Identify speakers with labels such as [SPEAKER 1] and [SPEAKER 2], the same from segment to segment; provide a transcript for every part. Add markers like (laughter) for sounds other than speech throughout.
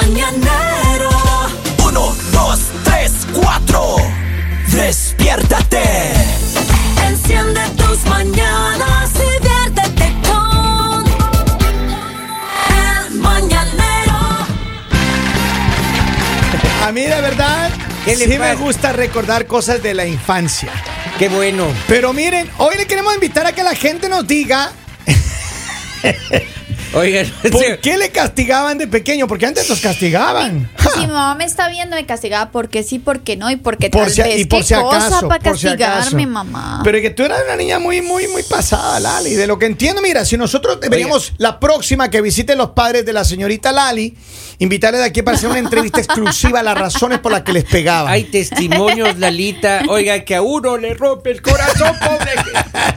[SPEAKER 1] mañanero. Uno, dos, tres, cuatro. Despiértate. Enciende tus mañanas y viértete con el mañanero.
[SPEAKER 2] A mí de verdad
[SPEAKER 3] ¿Qué le
[SPEAKER 2] sí me
[SPEAKER 3] pasa?
[SPEAKER 2] gusta recordar cosas de la infancia.
[SPEAKER 3] Qué bueno.
[SPEAKER 2] Pero miren, hoy le queremos invitar a que la gente nos diga
[SPEAKER 3] Oigan, (laughs)
[SPEAKER 2] por qué le castigaban de pequeño, porque antes los castigaban.
[SPEAKER 4] Si mi mamá me está viendo, me castigaba porque sí, porque no y porque
[SPEAKER 2] Por
[SPEAKER 4] tal
[SPEAKER 2] si, a-
[SPEAKER 4] vez.
[SPEAKER 2] y por
[SPEAKER 4] ¿Qué
[SPEAKER 2] si acaso,
[SPEAKER 4] cosa para
[SPEAKER 2] por si acaso.
[SPEAKER 4] castigarme, mamá?
[SPEAKER 2] Pero que tú eras una niña muy, muy, muy pasada, Lali. De lo que entiendo, mira, si nosotros deberíamos la próxima que visiten los padres de la señorita Lali, invitarle de aquí para hacer una
[SPEAKER 4] (laughs)
[SPEAKER 2] entrevista exclusiva a las razones por las que les pegaban. (laughs)
[SPEAKER 3] hay testimonios, Lalita. Oiga, que a uno le rompe el corazón, pobre.
[SPEAKER 2] (laughs)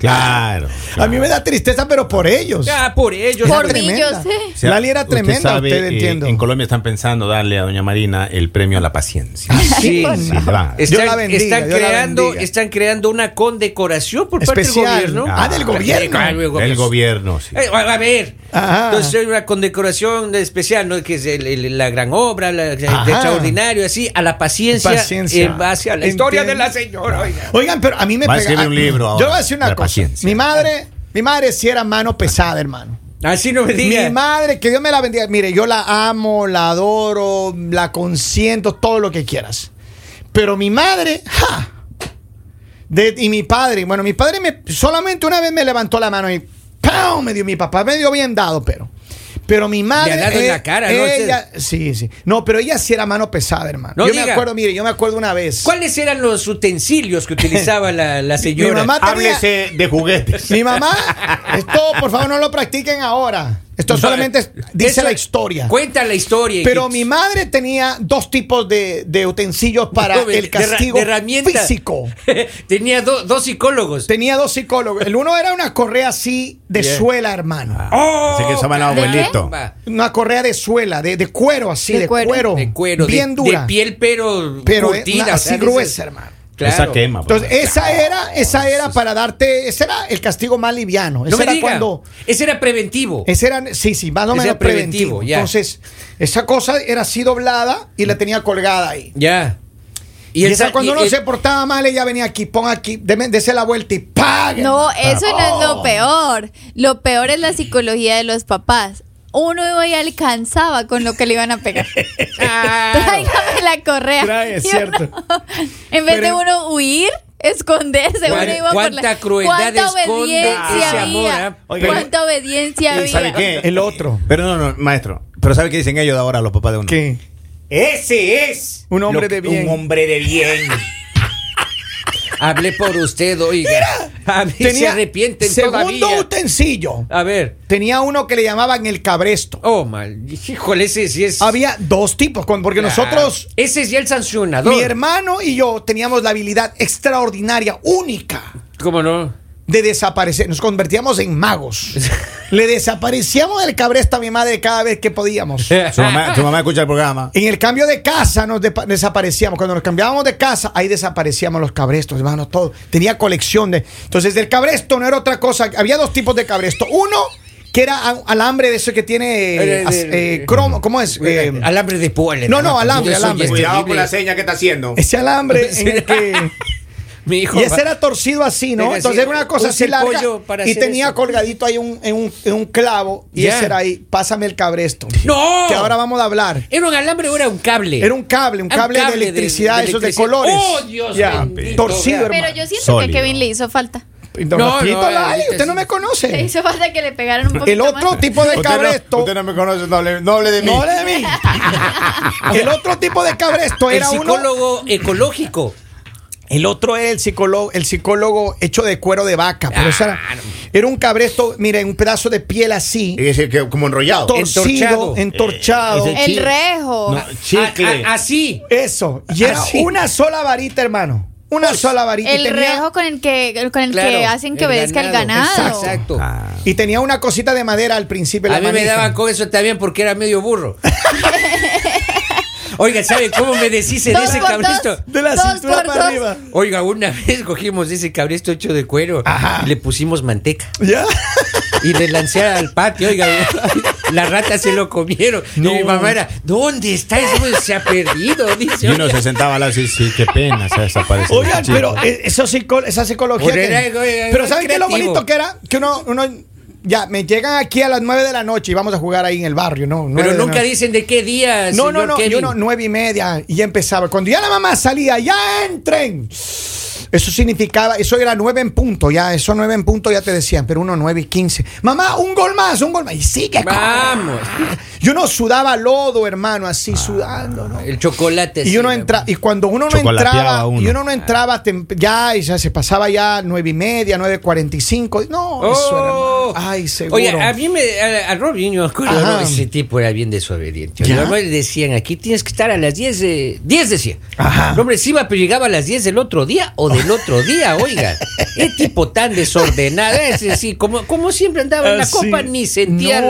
[SPEAKER 5] Claro.
[SPEAKER 2] A mí me da tristeza, pero por ellos.
[SPEAKER 3] Ya, Ah, por ellos.
[SPEAKER 4] Por
[SPEAKER 3] hombre.
[SPEAKER 4] mí.
[SPEAKER 2] Tremenda.
[SPEAKER 4] yo sé.
[SPEAKER 2] Lali era
[SPEAKER 5] Usted
[SPEAKER 2] tremenda, usted,
[SPEAKER 5] sabe, eh,
[SPEAKER 2] entiendo.
[SPEAKER 5] En Colombia están pensando darle a doña Marina el premio a
[SPEAKER 2] (laughs)
[SPEAKER 5] la paciencia.
[SPEAKER 2] Ah,
[SPEAKER 3] Sí.
[SPEAKER 5] Sí, va.
[SPEAKER 2] Es- Dios la
[SPEAKER 3] Están,
[SPEAKER 2] bendiga,
[SPEAKER 3] están
[SPEAKER 2] Dios la
[SPEAKER 3] creando,
[SPEAKER 2] bendiga.
[SPEAKER 3] están creando una condecoración por
[SPEAKER 2] Especial.
[SPEAKER 3] parte del gobierno.
[SPEAKER 2] Ah, del gobierno.
[SPEAKER 3] Ah, del
[SPEAKER 5] El gobierno, sí.
[SPEAKER 3] Eh, a a ver,
[SPEAKER 2] Ajá.
[SPEAKER 3] entonces hay una condecoración de especial, ¿no? que es el- el- la gran obra, la, el
[SPEAKER 2] Ajá.
[SPEAKER 3] extraordinario, así, a la paciencia,
[SPEAKER 2] Paciencia.
[SPEAKER 3] en base a la historia de
[SPEAKER 2] Entiendo.
[SPEAKER 3] la señora. oiga.
[SPEAKER 2] Oigan, pero a mí me
[SPEAKER 5] Va a
[SPEAKER 2] pega-
[SPEAKER 5] escribir un libro
[SPEAKER 2] Yo
[SPEAKER 5] ahora,
[SPEAKER 2] voy a decir una
[SPEAKER 5] la
[SPEAKER 2] cosa.
[SPEAKER 5] paciencia.
[SPEAKER 2] Mi madre, mi madre sí era mano pesada, hermano.
[SPEAKER 3] Así no me Pues diga.
[SPEAKER 2] Mi madre, que Dios me la bendiga. Mire, yo la amo, la adoro, la consiento, todo lo que quieras. Pero mi madre, ja. De- y mi padre, bueno, mi padre me, solamente una vez me levantó la mano y ¡pam! me dio mi papá, me dio bien dado, pero. Pero mi madre. eh,
[SPEAKER 3] Le ha dado en la cara, ¿no?
[SPEAKER 2] ella- sí, sí. No, pero ella sí era mano pesada, hermano.
[SPEAKER 3] No
[SPEAKER 2] yo me
[SPEAKER 3] diga.
[SPEAKER 2] acuerdo, mire, yo me acuerdo una vez.
[SPEAKER 3] ¿Cuáles eran los utensilios que utilizaba la, la señora?
[SPEAKER 2] Mi mamá tenía-
[SPEAKER 5] Háblese de juguetes.
[SPEAKER 2] Mi mamá, esto por favor no lo practiquen ahora. Esto solamente es- dice
[SPEAKER 3] eh, Eso-
[SPEAKER 2] la historia.
[SPEAKER 3] Cuenta la historia.
[SPEAKER 2] Pero
[SPEAKER 3] que-
[SPEAKER 2] mi madre tenía dos tipos de, de utensilios para
[SPEAKER 3] No, de
[SPEAKER 2] el
[SPEAKER 3] ra-
[SPEAKER 2] castigo
[SPEAKER 3] de herramienta.
[SPEAKER 2] físico.
[SPEAKER 3] (laughs) tenía do- dos psicólogos.
[SPEAKER 2] Tenía dos psicólogos. El uno era una correa así de
[SPEAKER 3] Yeah.
[SPEAKER 2] suela, hermano.
[SPEAKER 3] ¡Oh!
[SPEAKER 5] Así que se llama
[SPEAKER 4] ¿De
[SPEAKER 5] abuelito.
[SPEAKER 3] caramba.
[SPEAKER 2] Una correa de suela, de, de cuero así, de,
[SPEAKER 4] De
[SPEAKER 2] cuero.
[SPEAKER 4] cuero.
[SPEAKER 3] De cuero, de-
[SPEAKER 2] Bien
[SPEAKER 3] de,
[SPEAKER 2] dura.
[SPEAKER 3] piel, pero,
[SPEAKER 2] pero eh,
[SPEAKER 3] curtida,
[SPEAKER 2] una-
[SPEAKER 3] o
[SPEAKER 2] así
[SPEAKER 3] sea, de esas-
[SPEAKER 2] gruesa, hermano.
[SPEAKER 3] Claro.
[SPEAKER 5] Esa quema. pues.
[SPEAKER 2] Entonces, esa era, esa era para darte, ese era el castigo más liviano. Ese
[SPEAKER 3] No me
[SPEAKER 2] era
[SPEAKER 3] diga.
[SPEAKER 2] cuando
[SPEAKER 3] Ese era preventivo.
[SPEAKER 2] Ese era, sí, sí, más o
[SPEAKER 3] Ese
[SPEAKER 2] menos
[SPEAKER 3] era preventivo,
[SPEAKER 2] preventivo.
[SPEAKER 3] ya. Mm.
[SPEAKER 2] Entonces, esa cosa era así doblada y la tenía colgada ahí.
[SPEAKER 3] Ya.
[SPEAKER 2] Y,
[SPEAKER 3] el
[SPEAKER 2] esa
[SPEAKER 3] sa-
[SPEAKER 2] cuando
[SPEAKER 3] y
[SPEAKER 2] uno
[SPEAKER 3] el-
[SPEAKER 2] se portaba mal, ella venía aquí, pon aquí, deme- dese la vuelta y pague.
[SPEAKER 4] No, eso no es lo peor. Lo peor es la psicología de los papás. Uno iba y alcanzaba con lo que le iban a
[SPEAKER 2] (laughs)
[SPEAKER 4] pegar.
[SPEAKER 3] Claro.
[SPEAKER 4] Tráigame la correa.
[SPEAKER 2] Trae, es
[SPEAKER 4] Y uno-
[SPEAKER 3] (laughs)
[SPEAKER 4] en vez de
[SPEAKER 2] Pero-
[SPEAKER 4] uno huir, esconderse.
[SPEAKER 3] ¿Cuál-
[SPEAKER 4] Uno iba por la-
[SPEAKER 3] cuánta crueldad
[SPEAKER 4] ¿Cuánta
[SPEAKER 3] esconde ese
[SPEAKER 4] obediencia
[SPEAKER 3] amor,
[SPEAKER 4] había?
[SPEAKER 3] ah?
[SPEAKER 5] Oiga,
[SPEAKER 4] ¿Cuánta obediencia había?
[SPEAKER 5] ¿Sabe qué?
[SPEAKER 2] El otro.
[SPEAKER 5] Pero no, no, maestro. Pero ¿sabe qué dicen ellos de ahora, los papás de uno?
[SPEAKER 2] ¿Qué?
[SPEAKER 5] Ese es
[SPEAKER 2] Un hombre
[SPEAKER 5] lo que-
[SPEAKER 2] de bien.
[SPEAKER 5] Un hombre
[SPEAKER 2] (laughs)
[SPEAKER 5] de bien.
[SPEAKER 3] Hablé por usted, oiga. (laughs) A mí se arrepienten
[SPEAKER 2] segundo
[SPEAKER 3] todavía.
[SPEAKER 2] utensilio.
[SPEAKER 3] A ver.
[SPEAKER 2] Tenía uno que le llamaban el cabresto.
[SPEAKER 3] Oh, mal. Híjole, ese sí es.
[SPEAKER 2] Había dos tipos, con- porque
[SPEAKER 3] Ah,
[SPEAKER 2] nosotros,
[SPEAKER 3] Ese es ya el sancionador.
[SPEAKER 2] mi hermano y yo, teníamos la habilidad extraordinaria, única.
[SPEAKER 3] ¿Cómo no?
[SPEAKER 2] de desaparecer. Nos convertíamos en
[SPEAKER 3] (laughs)
[SPEAKER 2] magos. Le desaparecíamos del cabresto a mi madre cada vez que
[SPEAKER 3] (laughs)
[SPEAKER 2] podíamos. En
[SPEAKER 5] Su mamá, su mamá escucha el programa.
[SPEAKER 2] el cambio de casa nos depa- desaparecíamos. Cuando nos cambiábamos de casa, ahí desaparecíamos los cabrestos, hermano, todo. Tenía colección de. Entonces, el cabresto no era otra cosa. Había dos tipos de cabresto. Uno, que era a- alambre de ese que tiene. eh,
[SPEAKER 3] Eh,
[SPEAKER 2] as-
[SPEAKER 3] eh,
[SPEAKER 2] eh, cromo, ¿cómo es? Eh,
[SPEAKER 3] alambre de polen.
[SPEAKER 2] no, no, alambre, alambre.
[SPEAKER 5] Cuidado con la seña que está haciendo.
[SPEAKER 2] ese
[SPEAKER 3] (laughs)
[SPEAKER 2] alambre en el que.
[SPEAKER 3] Mi hijo.
[SPEAKER 2] Y ese
[SPEAKER 3] va-
[SPEAKER 2] era torcido así,
[SPEAKER 3] Era
[SPEAKER 2] ¿no?
[SPEAKER 3] así,
[SPEAKER 2] Entonces era una cosa
[SPEAKER 3] usa
[SPEAKER 2] así
[SPEAKER 3] el
[SPEAKER 2] larga
[SPEAKER 3] pollo para
[SPEAKER 2] y
[SPEAKER 3] hacer
[SPEAKER 2] tenía
[SPEAKER 3] eso.
[SPEAKER 2] colgadito ahí un, en, un, en un clavo y
[SPEAKER 3] Ya.
[SPEAKER 2] ese era ahí, pásame el cabresto.
[SPEAKER 3] ¡No!
[SPEAKER 2] Que ahora vamos a hablar.
[SPEAKER 3] ¿Era un alambre o era un cable?
[SPEAKER 2] Era un cable, un
[SPEAKER 3] Ah, un
[SPEAKER 2] cable,
[SPEAKER 3] cable
[SPEAKER 2] de
[SPEAKER 3] de-
[SPEAKER 2] electricidad,
[SPEAKER 3] de
[SPEAKER 2] esos de
[SPEAKER 3] electricidad.
[SPEAKER 2] colores.
[SPEAKER 3] ¡Oh, Dios
[SPEAKER 2] Ya,
[SPEAKER 3] bendito!
[SPEAKER 2] torcido,
[SPEAKER 3] Pero
[SPEAKER 4] Pero
[SPEAKER 2] hermano.
[SPEAKER 4] yo siento
[SPEAKER 5] Sólido.
[SPEAKER 4] que a Kevin le hizo falta.
[SPEAKER 2] No,
[SPEAKER 3] No,
[SPEAKER 2] repito,
[SPEAKER 3] no,
[SPEAKER 2] Lali,
[SPEAKER 3] ahorita
[SPEAKER 2] usted no
[SPEAKER 3] sí.
[SPEAKER 2] me
[SPEAKER 4] Le
[SPEAKER 2] conoce.
[SPEAKER 4] hizo falta que le pegaran un poquito
[SPEAKER 2] El otro
[SPEAKER 4] más.
[SPEAKER 2] tipo de
[SPEAKER 5] Usted no-
[SPEAKER 2] cabresto.
[SPEAKER 5] Usted no me conoce, no hable, no hable de mí.
[SPEAKER 2] No hable de
[SPEAKER 3] (laughs)
[SPEAKER 2] mí. El otro tipo de cabresto
[SPEAKER 3] El
[SPEAKER 2] era uno.
[SPEAKER 3] psicólogo ecológico.
[SPEAKER 2] El otro era el psicólogo, el psicólogo hecho de cuero de vaca. Pero eso era,
[SPEAKER 3] Claro.
[SPEAKER 2] era un cabresto, miren, un pedazo de piel así.
[SPEAKER 5] Es decir, que como enrollado.
[SPEAKER 2] torcido,
[SPEAKER 3] Eh, Entorchado.
[SPEAKER 2] entorchado.
[SPEAKER 5] Eh, ese
[SPEAKER 4] El
[SPEAKER 5] Sí.
[SPEAKER 4] rejo. Ah,
[SPEAKER 2] Ah,
[SPEAKER 5] No, chicle.
[SPEAKER 3] A- a- Ah, así.
[SPEAKER 2] Eso. Y era
[SPEAKER 3] Así.
[SPEAKER 2] una sola varita, hermano. Una
[SPEAKER 3] Pues,
[SPEAKER 2] sola varita.
[SPEAKER 4] El
[SPEAKER 2] y, tenía,
[SPEAKER 4] rejo con el que con el
[SPEAKER 3] Claro,
[SPEAKER 4] que hacen que
[SPEAKER 3] el
[SPEAKER 4] obedezca el ganado.
[SPEAKER 3] Exacto. exacto.
[SPEAKER 5] Ah.
[SPEAKER 2] y tenía una cosita de madera al principio. la
[SPEAKER 3] a mí me
[SPEAKER 2] manija.
[SPEAKER 3] daban con eso también porque era medio
[SPEAKER 2] (laughs)
[SPEAKER 3] burro. Oiga, ¿sabe cómo me decís de
[SPEAKER 4] Dos
[SPEAKER 3] ese
[SPEAKER 4] por
[SPEAKER 3] cabrito?
[SPEAKER 4] dos.
[SPEAKER 2] De la
[SPEAKER 4] Dos
[SPEAKER 2] cintura
[SPEAKER 4] por
[SPEAKER 2] para
[SPEAKER 4] dos.
[SPEAKER 2] arriba.
[SPEAKER 3] Oiga, una (laughs) vez cogimos ese cabrito hecho de cuero,
[SPEAKER 2] Ajá.
[SPEAKER 3] le pusimos manteca
[SPEAKER 2] ¿Ya?
[SPEAKER 3] y le lancé al patio, oiga. (laughs) Las ratas se lo comieron.
[SPEAKER 2] No.
[SPEAKER 3] Y mi mamá era, ¿dónde está eso? Se ha perdido. Dice,
[SPEAKER 5] Y uno se sentaba al lado y sí, qué pena, se desaparece.
[SPEAKER 2] Oigan, pero eh, eso psico- esa psicología.
[SPEAKER 3] Pero
[SPEAKER 2] que-
[SPEAKER 3] era algo- era
[SPEAKER 2] pero
[SPEAKER 3] algo
[SPEAKER 2] ¿saben qué es lo
[SPEAKER 3] eh, creativo.
[SPEAKER 2] bonito que era? Que uno, uno. Ya, me llegan aquí a las 9 de la noche y vamos a jugar ahí en el barrio, ¿no? Nueve
[SPEAKER 3] Pero
[SPEAKER 2] de la
[SPEAKER 3] nunca
[SPEAKER 2] noche.
[SPEAKER 3] dicen de qué día.
[SPEAKER 2] No,
[SPEAKER 3] señor
[SPEAKER 2] no, no,
[SPEAKER 3] Kevin.
[SPEAKER 2] yo no, nueve y media y ya empezaba. Cuando ya la mamá salía, ya entren. Eso significaba, eso era nueve en punto, ya, eso nueve en punto ya te decían, pero uno nueve y quince. Mamá, un gol más, un gol más. Y sigue.
[SPEAKER 3] Vamos.
[SPEAKER 2] Yo no sudaba lodo, hermano, así sudando, ¿no?
[SPEAKER 3] El chocolate.
[SPEAKER 2] Y
[SPEAKER 3] sí,
[SPEAKER 2] uno
[SPEAKER 3] mi
[SPEAKER 2] entra,
[SPEAKER 3] amor.
[SPEAKER 2] y cuando uno no
[SPEAKER 5] Chocolateaba
[SPEAKER 2] entraba,
[SPEAKER 5] uno.
[SPEAKER 2] y uno no entraba tem- ya, y ya se pasaba ya nueve y media, nueve cuarenta y cinco. No, eso era.
[SPEAKER 3] Oh.
[SPEAKER 2] hermano. Ay, seguro.
[SPEAKER 3] Oye, a mí me, a, a Robin, yo me acuerdo,
[SPEAKER 2] Ajá.
[SPEAKER 3] ¿no? ese tipo era bien desobediente.
[SPEAKER 2] ¿Ya?
[SPEAKER 3] Los hombres le decían, aquí tienes que estar a las 10 de... 10 decía.
[SPEAKER 2] Ajá.
[SPEAKER 3] El hombre sí iba, pero llegaba a las 10 del otro día
[SPEAKER 2] (laughs)
[SPEAKER 3] o del otro día, oiga. Es tipo tan desordenado, ese sí, como, como siempre andaba en la
[SPEAKER 2] Ah, sí.
[SPEAKER 3] copa, ni sentía
[SPEAKER 2] No.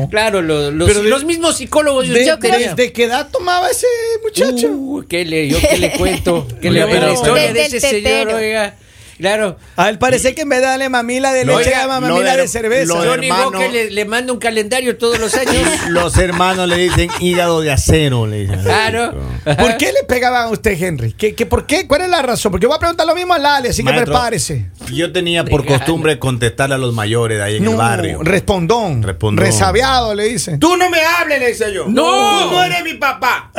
[SPEAKER 3] las... Claro, los, los,
[SPEAKER 2] Pero de-
[SPEAKER 3] los mismos psicólogos.
[SPEAKER 2] De-
[SPEAKER 4] Yo creo-
[SPEAKER 2] de- ¿De qué edad tomaba ese muchacho?
[SPEAKER 3] Uh, ¿qué le, yo qué le cuento? ¿Qué
[SPEAKER 5] Oye,
[SPEAKER 3] le cuento
[SPEAKER 5] pero-
[SPEAKER 3] la historia de
[SPEAKER 4] Desde el
[SPEAKER 3] ese señor,
[SPEAKER 4] tetero.
[SPEAKER 3] oiga? Claro.
[SPEAKER 2] Al parecer que en vez de darle mamila de
[SPEAKER 5] Lo-
[SPEAKER 2] leche,
[SPEAKER 5] oiga,
[SPEAKER 2] le daba
[SPEAKER 5] lo
[SPEAKER 2] mamila
[SPEAKER 5] de-
[SPEAKER 2] de cerveza.
[SPEAKER 5] lo de-
[SPEAKER 3] Johnny
[SPEAKER 5] hermano-
[SPEAKER 3] Walker le, le manda un calendario todos los
[SPEAKER 2] pues,
[SPEAKER 3] años.
[SPEAKER 5] (laughs) Los hermanos le dicen hígado de acero, le dicen.
[SPEAKER 3] Claro.
[SPEAKER 2] ¿Por qué le pegaban a usted, Henry? ¿Qué, qué, por qué? ¿Cuál es la razón? Porque yo voy a preguntar lo mismo a Lali, así que
[SPEAKER 5] Maestro,
[SPEAKER 2] prepárese.
[SPEAKER 5] Yo tenía por
[SPEAKER 3] Legal.
[SPEAKER 5] costumbre contestarle a los mayores de ahí en el barrio.
[SPEAKER 2] respondón.
[SPEAKER 5] Respondón.
[SPEAKER 2] Resabiado, le dicen.
[SPEAKER 5] Tú no me hables, le decía yo.
[SPEAKER 3] No.
[SPEAKER 5] Tú no eres mi papá.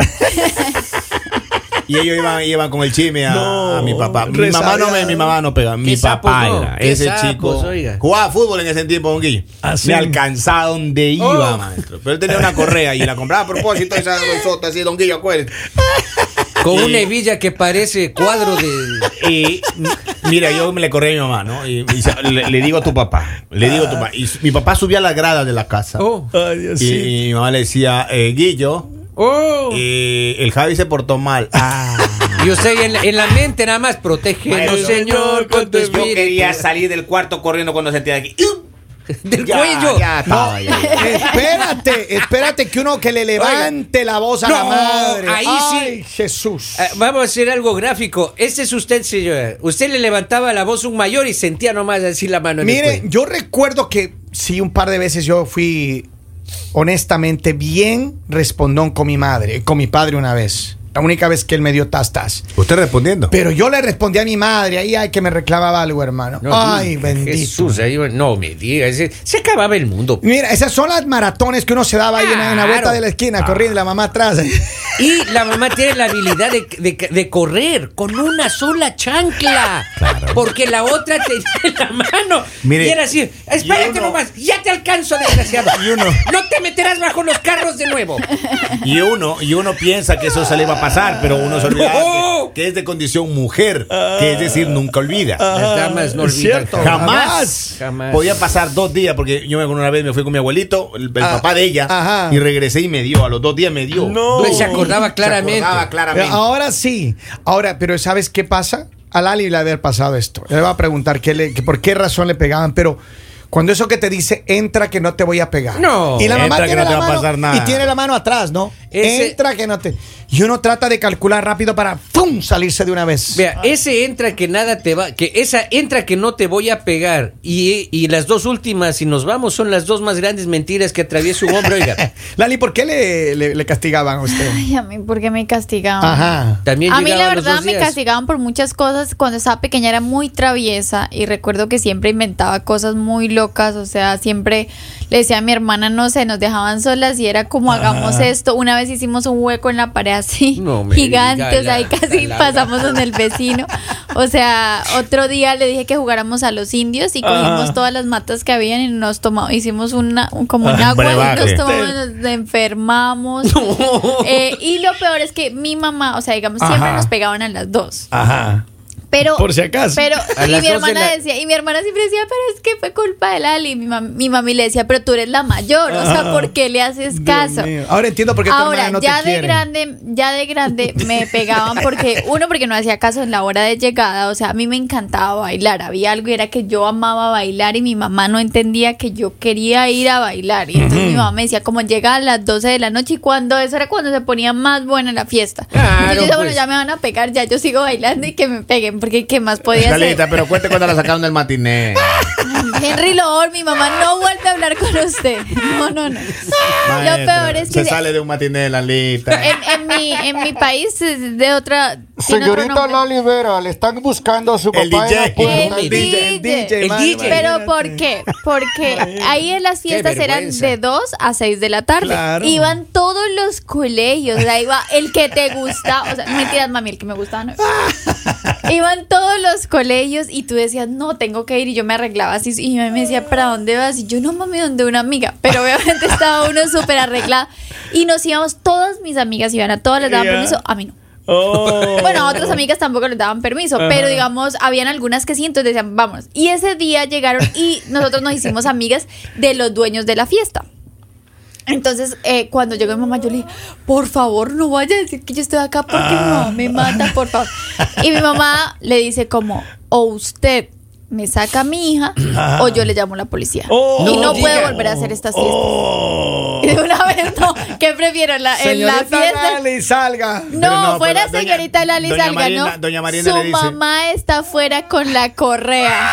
[SPEAKER 5] (laughs) y ellos iban, iban con el chisme a,
[SPEAKER 2] No,
[SPEAKER 5] a mi papá. Mi
[SPEAKER 2] resabiado.
[SPEAKER 5] mamá no me, mi mamá pues no pega. Mi
[SPEAKER 3] sapos,
[SPEAKER 5] papá
[SPEAKER 3] no?
[SPEAKER 5] era.
[SPEAKER 3] ¿Qué
[SPEAKER 5] Ese
[SPEAKER 3] sapos,
[SPEAKER 5] chico
[SPEAKER 3] oiga?
[SPEAKER 5] jugaba fútbol en ese tiempo, Bonguillo.
[SPEAKER 2] Ah, sí.
[SPEAKER 5] Me alcanzaba donde iba,
[SPEAKER 3] Oh.
[SPEAKER 5] maestro. Pero él tenía una correa y la compraba a propósito esa sota así, Don Guillo, acuérdate.
[SPEAKER 3] Con
[SPEAKER 5] Sí.
[SPEAKER 3] una hebilla que parece cuadro de.
[SPEAKER 5] Y m- mira, yo me le corrí a mi mamá, ¿no? Y, y se- le, le digo a tu papá, le digo a tu papá. Y su- mi papá subía a la grada de la casa.
[SPEAKER 3] Oh,
[SPEAKER 2] Ay, Dios
[SPEAKER 5] Y, y mi mamá le decía, eh, Guillo,
[SPEAKER 3] oh.
[SPEAKER 5] eh, el Javi se portó mal. Ah,
[SPEAKER 3] Y usted en, la- en la mente nada más protege. No,
[SPEAKER 5] Maestro,
[SPEAKER 3] señor, con tu
[SPEAKER 5] yo
[SPEAKER 3] espíritu.
[SPEAKER 5] quería
[SPEAKER 2] pues.
[SPEAKER 5] salir del cuarto corriendo cuando sentía aquí.
[SPEAKER 3] (laughs) Del cuello.
[SPEAKER 5] Ya estaba, ya.
[SPEAKER 2] eh. Espérate, espérate que uno que le levante la voz a la
[SPEAKER 3] No,
[SPEAKER 2] madre.
[SPEAKER 3] ahí
[SPEAKER 2] Ay,
[SPEAKER 3] sí.
[SPEAKER 2] Jesús.
[SPEAKER 3] Ah, Vamos a hacer algo gráfico. Este es usted, señora. Usted le levantaba la voz a un mayor y sentía nomás así la mano en el
[SPEAKER 2] Mire,
[SPEAKER 3] cuello.
[SPEAKER 2] yo recuerdo que sí, un par de veces yo fui honestamente bien respondón con mi madre, con mi padre una vez. La única vez que él me dio tastas.
[SPEAKER 5] Usted respondiendo.
[SPEAKER 2] Pero yo le respondí a mi madre, ahí ay, que me reclamaba algo, hermano.
[SPEAKER 3] No,
[SPEAKER 2] ay,
[SPEAKER 3] Dios,
[SPEAKER 2] bendito.
[SPEAKER 3] Jesús, eh. ahí, no me digas. Se, se acababa el mundo.
[SPEAKER 2] Mira, esas son las maratones que uno se daba ahí en, la- en la vuelta
[SPEAKER 3] Claro.
[SPEAKER 2] de la esquina, corriendo la mamá atrás.
[SPEAKER 3] Y la mamá tiene la habilidad de, de- de correr con una sola chancla.
[SPEAKER 5] Claro.
[SPEAKER 3] Porque la otra (laughs) tenía en la mano.
[SPEAKER 5] Mire,
[SPEAKER 3] y era así,
[SPEAKER 5] y
[SPEAKER 3] espérate
[SPEAKER 5] uno-
[SPEAKER 3] nomás, ya te alcanzo, desgraciado.
[SPEAKER 5] (laughs) Y uno-
[SPEAKER 3] No te meterás bajo los carros de nuevo.
[SPEAKER 5] Y uno, y uno piensa que eso se le va a pasar, pero uno se olvida
[SPEAKER 2] Oh.
[SPEAKER 3] No.
[SPEAKER 5] que, que es de condición mujer, que es decir, nunca olvida.
[SPEAKER 2] Ah.
[SPEAKER 3] Las damas no
[SPEAKER 2] es
[SPEAKER 3] olvidan
[SPEAKER 2] cierto.
[SPEAKER 3] jamás.
[SPEAKER 5] Ah, Jamás,
[SPEAKER 3] Jamás.
[SPEAKER 5] podía pasar dos días porque yo me acuerdo una vez me fui con mi abuelito, el, el
[SPEAKER 2] Ah,
[SPEAKER 5] papá de ella,
[SPEAKER 2] ajá.
[SPEAKER 5] y regresé y me dio, a los dos días me dio.
[SPEAKER 2] No.
[SPEAKER 3] Pues Se acordaba claramente.
[SPEAKER 5] Se acordaba claramente.
[SPEAKER 2] Eh, Ahora sí. Ahora, pero ¿sabes qué pasa? A Lali le había pasado esto. Le va a preguntar qué le, que por qué razón le pegaban, pero cuando eso que te dice, entra que no te voy a pegar.
[SPEAKER 3] No.
[SPEAKER 2] Y la mamá
[SPEAKER 5] Entra que
[SPEAKER 2] tiene
[SPEAKER 5] no te
[SPEAKER 2] la
[SPEAKER 5] va a
[SPEAKER 2] mano-
[SPEAKER 5] pasar nada.
[SPEAKER 2] Y tiene la mano atrás, ¿no?
[SPEAKER 3] Ese-
[SPEAKER 2] Entra que no te. Y uno trata de calcular rápido para ¡pum! salirse de una vez.
[SPEAKER 3] Vea, ese entra que nada te va, que esa entra que no te voy a pegar y, y las dos últimas, si nos vamos, son las dos más grandes mentiras que atraviesa un hombre, oiga.
[SPEAKER 2] (laughs) Lali, ¿por qué le, le- le castigaban a usted?
[SPEAKER 4] Ay, a mí, ¿por qué me castigaban?
[SPEAKER 2] Ajá.
[SPEAKER 3] También
[SPEAKER 4] A mí la
[SPEAKER 3] llegaba los
[SPEAKER 4] verdad
[SPEAKER 3] dos
[SPEAKER 4] me
[SPEAKER 3] días.
[SPEAKER 4] castigaban por muchas cosas. Cuando estaba pequeña era muy traviesa y recuerdo que siempre inventaba cosas muy locas. O sea, siempre le decía a mi hermana, no sé, nos dejaban solas y era como hagamos esto. Una vez hicimos un hueco en la pared
[SPEAKER 3] (laughs)
[SPEAKER 4] así,
[SPEAKER 3] No me
[SPEAKER 4] gigante,
[SPEAKER 3] diga
[SPEAKER 4] o sea, ahí
[SPEAKER 3] la-
[SPEAKER 4] casi
[SPEAKER 3] la- la-
[SPEAKER 4] pasamos donde el vecino. O sea, otro día le dije que jugáramos a los indios y cogimos todas las matas que habían y nos tomamos, hicimos una, un- como un
[SPEAKER 5] Ah,
[SPEAKER 4] agua y
[SPEAKER 5] brebaje.
[SPEAKER 4] nos tomamos, nos enfermamos. Eh, y lo peor es que mi mamá, o sea, digamos, siempre
[SPEAKER 2] Ajá.
[SPEAKER 4] nos pegaban a las dos.
[SPEAKER 2] Ajá.
[SPEAKER 4] Pero,
[SPEAKER 2] Por si acaso.
[SPEAKER 4] Pero,
[SPEAKER 3] A
[SPEAKER 4] y
[SPEAKER 3] las
[SPEAKER 4] mi
[SPEAKER 3] dos de
[SPEAKER 4] hermana
[SPEAKER 3] la-
[SPEAKER 4] decía, y mi hermana siempre decía, pero es que fue culpa de Lali. Y Mi, mam- mi mami le decía, pero tú eres la mayor, o sea, ¿por qué le haces caso?
[SPEAKER 2] Ahora entiendo por qué tu
[SPEAKER 4] Ahora,
[SPEAKER 2] hermana no
[SPEAKER 4] ya
[SPEAKER 2] te
[SPEAKER 4] de
[SPEAKER 2] quiere.
[SPEAKER 4] grande, ya de grande me pegaban porque, uno, porque no hacía caso en la hora de llegada, o sea, a mí me encantaba bailar, había algo y era que yo amaba bailar y mi mamá no entendía que yo quería ir a bailar. Y entonces mi mamá me decía, como llega a las 12 de la noche y cuando eso era cuando se ponía más buena la fiesta.
[SPEAKER 3] Claro,
[SPEAKER 4] Y yo decía, bueno,
[SPEAKER 3] pues.
[SPEAKER 4] ya me van a pegar, ya yo sigo bailando y que me peguen, porque ¿qué más podía hacer?
[SPEAKER 5] (laughs) Lalita, pero cuente cuando la sacaron del matiné.
[SPEAKER 4] (laughs) Henry Lord, mi mamá no vuelve a hablar con usted. No, no, no. Lo
[SPEAKER 5] Maestra,
[SPEAKER 4] peor es que
[SPEAKER 5] se,
[SPEAKER 4] se-
[SPEAKER 5] sale de un matiné de la lista. (laughs)
[SPEAKER 4] en, en mi, en mi país es de otra. tiene otro
[SPEAKER 6] Señorita
[SPEAKER 4] nombre.
[SPEAKER 6] Lali Vera, le están buscando a su
[SPEAKER 5] El
[SPEAKER 6] papá. en la
[SPEAKER 5] DJ.
[SPEAKER 6] puerta.
[SPEAKER 4] El
[SPEAKER 2] DJ, el DJ,
[SPEAKER 3] El
[SPEAKER 2] man,
[SPEAKER 3] DJ.
[SPEAKER 4] Pero ¿por qué? Porque ahí en las fiestas eran
[SPEAKER 3] vergüenza.
[SPEAKER 4] de 2 a 6 de la tarde.
[SPEAKER 2] Claro.
[SPEAKER 4] Iban todos los colegios. O sea, iba el que te gusta. O sea, mentiras, mami, el que me gustaba no. Iban todos los colegios y tú decías, no, tengo que ir. Y yo me arreglaba así. Y yo me decía, ¿para dónde vas? Y yo, no, mami, donde una amiga. Pero obviamente estaba uno súper arreglado. Y nos íbamos, todas mis amigas iban a todas, les daban
[SPEAKER 2] Ya.
[SPEAKER 4] permiso. A mí no.
[SPEAKER 2] Oh.
[SPEAKER 4] Bueno, a otras amigas tampoco les daban permiso, pero digamos, habían algunas que sí, entonces decían, vámonos. Y ese día llegaron y nosotros nos hicimos amigas de los dueños de la fiesta. Entonces, eh, cuando llegó mi mamá, yo le dije, por favor, no vaya a decir que yo estoy acá porque no, me mata, por favor. Y mi mamá le dice como, o usted me saca a mi hija o yo le llamo a la policía.
[SPEAKER 2] Oh,
[SPEAKER 4] y no
[SPEAKER 2] no
[SPEAKER 4] puede
[SPEAKER 2] diga.
[SPEAKER 4] volver a hacer estas fiestas.
[SPEAKER 2] Oh.
[SPEAKER 4] Y de una vez, no, ¿qué prefiero? ¿En la, en la
[SPEAKER 2] Señorita
[SPEAKER 4] fiesta?
[SPEAKER 2] Lali, salga.
[SPEAKER 5] Pero
[SPEAKER 4] No,
[SPEAKER 5] no,
[SPEAKER 4] fuera
[SPEAKER 5] pero doña-
[SPEAKER 4] señorita Lali
[SPEAKER 5] doña
[SPEAKER 4] Salga,
[SPEAKER 5] Marina-
[SPEAKER 4] ¿no?
[SPEAKER 5] doña Marina
[SPEAKER 4] Su
[SPEAKER 5] le dice-
[SPEAKER 4] mamá está fuera con la
[SPEAKER 5] (laughs)
[SPEAKER 4] correa.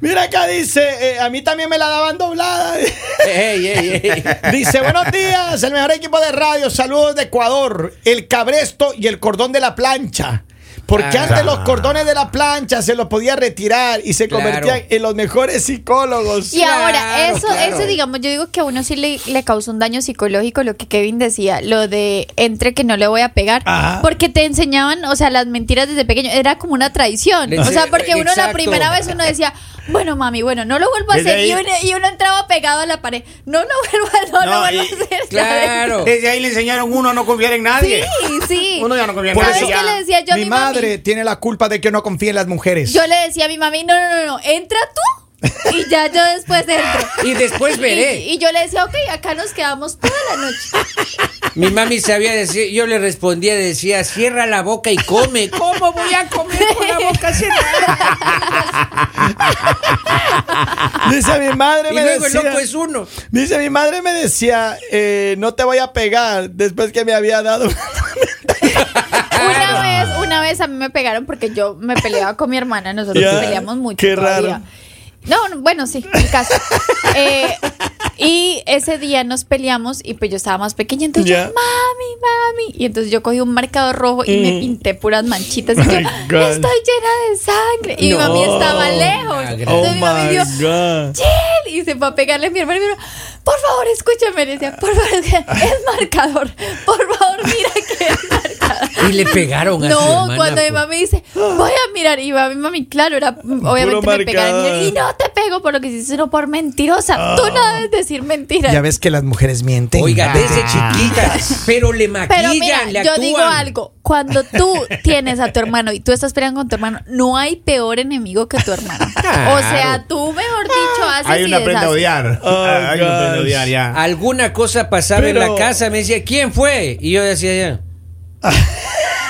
[SPEAKER 2] Mira acá dice, eh, a mí también me la daban doblada. (laughs)
[SPEAKER 3] Ey, ey, (laughs) ey.
[SPEAKER 2] Dice, buenos días, el mejor equipo de radio, saludos de Ecuador, el cabresto y el cordón de la plancha. Porque
[SPEAKER 3] Ah.
[SPEAKER 2] antes los cordones de la plancha se los podía retirar y se
[SPEAKER 3] Claro.
[SPEAKER 2] convertían en los mejores psicólogos.
[SPEAKER 4] Y ahora,
[SPEAKER 3] Claro,
[SPEAKER 4] eso,
[SPEAKER 3] claro.
[SPEAKER 4] eso digamos, yo digo que a uno sí le, le causó un daño psicológico, lo que Kevin decía, lo de entre que no le voy a pegar,
[SPEAKER 2] Ajá.
[SPEAKER 4] porque te enseñaban, o sea, las mentiras desde pequeño, era como una traición.
[SPEAKER 3] Le-
[SPEAKER 4] o sea, porque uno la
[SPEAKER 3] Exacto.
[SPEAKER 4] primera vez uno decía, bueno, mami, bueno, no lo vuelvo a
[SPEAKER 5] Desde
[SPEAKER 4] hacer. Y
[SPEAKER 5] ahí-
[SPEAKER 4] uno, y uno entraba pegado a la pared, no lo vuelvo a, no,
[SPEAKER 5] No,
[SPEAKER 4] lo vuelvo
[SPEAKER 5] y-
[SPEAKER 4] a hacer.
[SPEAKER 3] Claro.
[SPEAKER 5] Desde ahí le enseñaron uno a no confiar en
[SPEAKER 4] Sí,
[SPEAKER 5] nadie.
[SPEAKER 4] sí.
[SPEAKER 5] Uno ya no confía en
[SPEAKER 2] Por
[SPEAKER 4] ¿Sabes
[SPEAKER 5] nadie.
[SPEAKER 2] eso
[SPEAKER 4] qué le decía yo a mi,
[SPEAKER 2] Mi madre tiene la culpa de que no confíe en las mujeres.
[SPEAKER 4] Mami? Yo le decía a mi mami, no, no, no, no, entra tú y ya yo después entro.
[SPEAKER 3] (laughs) Y después veré.
[SPEAKER 4] Y, y yo le decía, ok, acá nos quedamos toda la
[SPEAKER 3] (laughs)
[SPEAKER 4] noche.
[SPEAKER 3] Mi mami sabía decir, yo le respondía, decía, cierra la boca y come. ¿Cómo voy a comer con la boca cerrada?
[SPEAKER 2] Dice mi madre
[SPEAKER 3] (laughs) Y
[SPEAKER 2] me
[SPEAKER 3] luego el
[SPEAKER 2] decía-
[SPEAKER 3] loco es uno.
[SPEAKER 2] Dice, mi madre me decía, eh, no te voy a pegar después que me había dado.
[SPEAKER 4] Una vez, una vez a mí me pegaron porque yo me peleaba con mi hermana, nosotros
[SPEAKER 2] Ya,
[SPEAKER 4] peleamos mucho.
[SPEAKER 2] qué raro.
[SPEAKER 4] todavía. No, no, bueno, sí, el caso.
[SPEAKER 2] (laughs)
[SPEAKER 4] Eh, y ese día nos peleamos y pues yo estaba más pequeña, entonces yo,
[SPEAKER 2] Ya.
[SPEAKER 4] mami, mami. Y entonces yo cogí un marcador rojo y me pinté puras manchitas. Y
[SPEAKER 2] Mm. Oh
[SPEAKER 4] yo,
[SPEAKER 2] My
[SPEAKER 4] estoy
[SPEAKER 2] God.
[SPEAKER 4] llena de sangre. Y
[SPEAKER 3] No.
[SPEAKER 4] mi mami estaba lejos.
[SPEAKER 3] Ah,
[SPEAKER 4] Entonces mi mami vio,
[SPEAKER 2] Oh God.
[SPEAKER 4] Jill, Y se fue a pegarle a mi hermano y me dijo, por favor, escúchame. Le decía, por favor, es marcador. Por favor, mira que es marcador.
[SPEAKER 3] Y le pegaron a su
[SPEAKER 4] No,
[SPEAKER 3] hermana,
[SPEAKER 4] cuando mi
[SPEAKER 3] pues.
[SPEAKER 4] mami dice, voy a mirar. Y mami, mami, claro, era obviamente me pegaron.
[SPEAKER 2] marcador.
[SPEAKER 4] Y no te pego por lo que hiciste, sino por mentirosa. Tú no
[SPEAKER 3] Ah.
[SPEAKER 4] debes decir mentiras.
[SPEAKER 2] Ya ves que las mujeres mienten. Ah.
[SPEAKER 3] Oiga, desde chiquita. Pero le
[SPEAKER 4] Pero
[SPEAKER 3] maquillan,
[SPEAKER 4] mira,
[SPEAKER 3] le
[SPEAKER 4] yo
[SPEAKER 3] actúan.
[SPEAKER 4] digo algo. Cuando tú tienes a tu hermano y tú estás peleando con tu hermano, no hay peor enemigo que tu hermano. O sea, tú, mejor dicho,
[SPEAKER 3] Ah.
[SPEAKER 4] haces
[SPEAKER 5] Hay
[SPEAKER 4] y
[SPEAKER 5] una prenda a
[SPEAKER 4] deshaces.
[SPEAKER 5] odiar. Ah,
[SPEAKER 2] Oh,
[SPEAKER 5] Hay una prenda a
[SPEAKER 2] gosh.
[SPEAKER 5] odiar ya.
[SPEAKER 3] Alguna cosa pasaba en
[SPEAKER 2] Pero-
[SPEAKER 3] la casa, me decía, ¿quién fue? Y yo decía, ya. (laughs)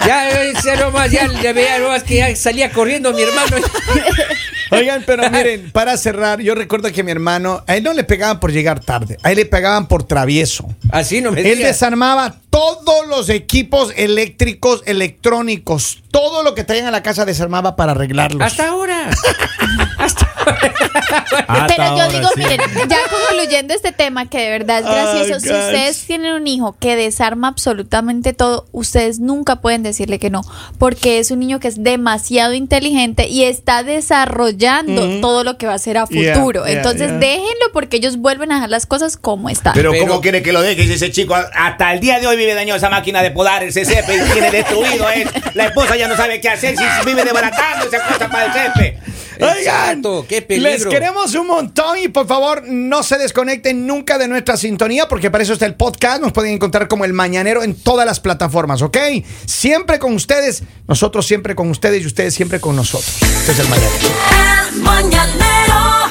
[SPEAKER 3] Ya, ya nomás, ya, ya veía nomás que ya salía corriendo mi (laughs) hermano.
[SPEAKER 2] Oigan,
[SPEAKER 3] (laughs)
[SPEAKER 2] pero miren, para cerrar, yo recuerdo que mi hermano, a él no le pegaban por llegar tarde, a él le pegaban por travieso.
[SPEAKER 3] Así no me
[SPEAKER 2] Él
[SPEAKER 3] digas.
[SPEAKER 2] desarmaba todos los equipos eléctricos, electrónicos, todo lo que traían a la casa desarmaba para arreglarlos.
[SPEAKER 3] Hasta ahora.
[SPEAKER 2] Ah,
[SPEAKER 5] Hasta
[SPEAKER 4] Pero yo
[SPEAKER 5] ahora,
[SPEAKER 4] digo,
[SPEAKER 5] sí.
[SPEAKER 4] miren, ya concluyendo este tema que de verdad es gracioso, si ustedes tienen un hijo que desarma absolutamente todo, ustedes nunca pueden decirle que no, porque es un niño que es demasiado inteligente y está desarrollando todo lo que va a ser a
[SPEAKER 2] Mm. Yeah,
[SPEAKER 4] futuro.
[SPEAKER 2] yeah,
[SPEAKER 4] Entonces
[SPEAKER 2] yeah.
[SPEAKER 4] déjenlo porque ellos vuelven a dejar las cosas como están.
[SPEAKER 5] Pero,
[SPEAKER 3] Pero-
[SPEAKER 5] ¿cómo quiere que lo deje ese chico? Hasta el día de hoy vive dañosa máquina de podar, el césped y tiene destruido él. La esposa ya no sabe qué hacer, si vive desbaratando esa cosa para el césped.
[SPEAKER 2] Oigan,
[SPEAKER 3] Exacto, qué peligro.
[SPEAKER 2] les queremos un montón y por favor no se desconecten nunca de nuestra sintonía porque para eso está el podcast. Nos pueden encontrar como el mañanero en todas las plataformas, ¿ok? Siempre con ustedes, nosotros siempre con ustedes y ustedes siempre con nosotros. Este es el mañanero.
[SPEAKER 1] El mañanero